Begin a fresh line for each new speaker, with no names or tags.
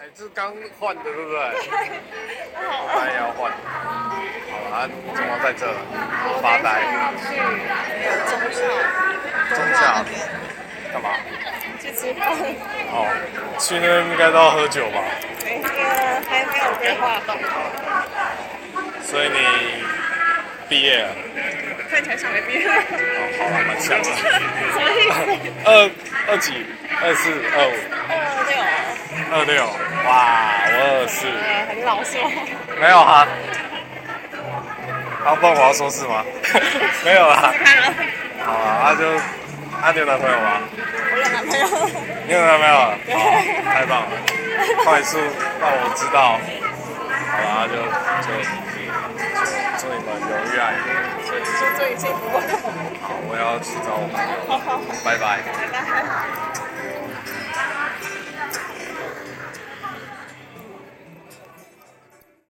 哎，这刚换的对不 对？
好，
当然要换。好了，啊怎么在这发呆？
中校，
中
校
校
那边
干嘛？
去吃饭，
哦，去那边应该都要喝酒吧？
那个哎还没有规划到，
所以你毕业了？
看起来像没毕业，
哦，好了，蛮像的。
什么意思？
二二几？二四二五
二六，
二六？哇，我二四。
呃，啊很老实哦，
没有 啊。啊，不然我要说是吗？没有啊啦。
看了，
好啊，那就那你有男朋友吗？
我有男 朋友，
你有男朋友啊？好，太棒了，快速让我知道。好啦，那就就祝祝你们永远爱。
祝祝祝你幸福，
好，我要去找我朋友，
好好好，
拜拜。
拜拜。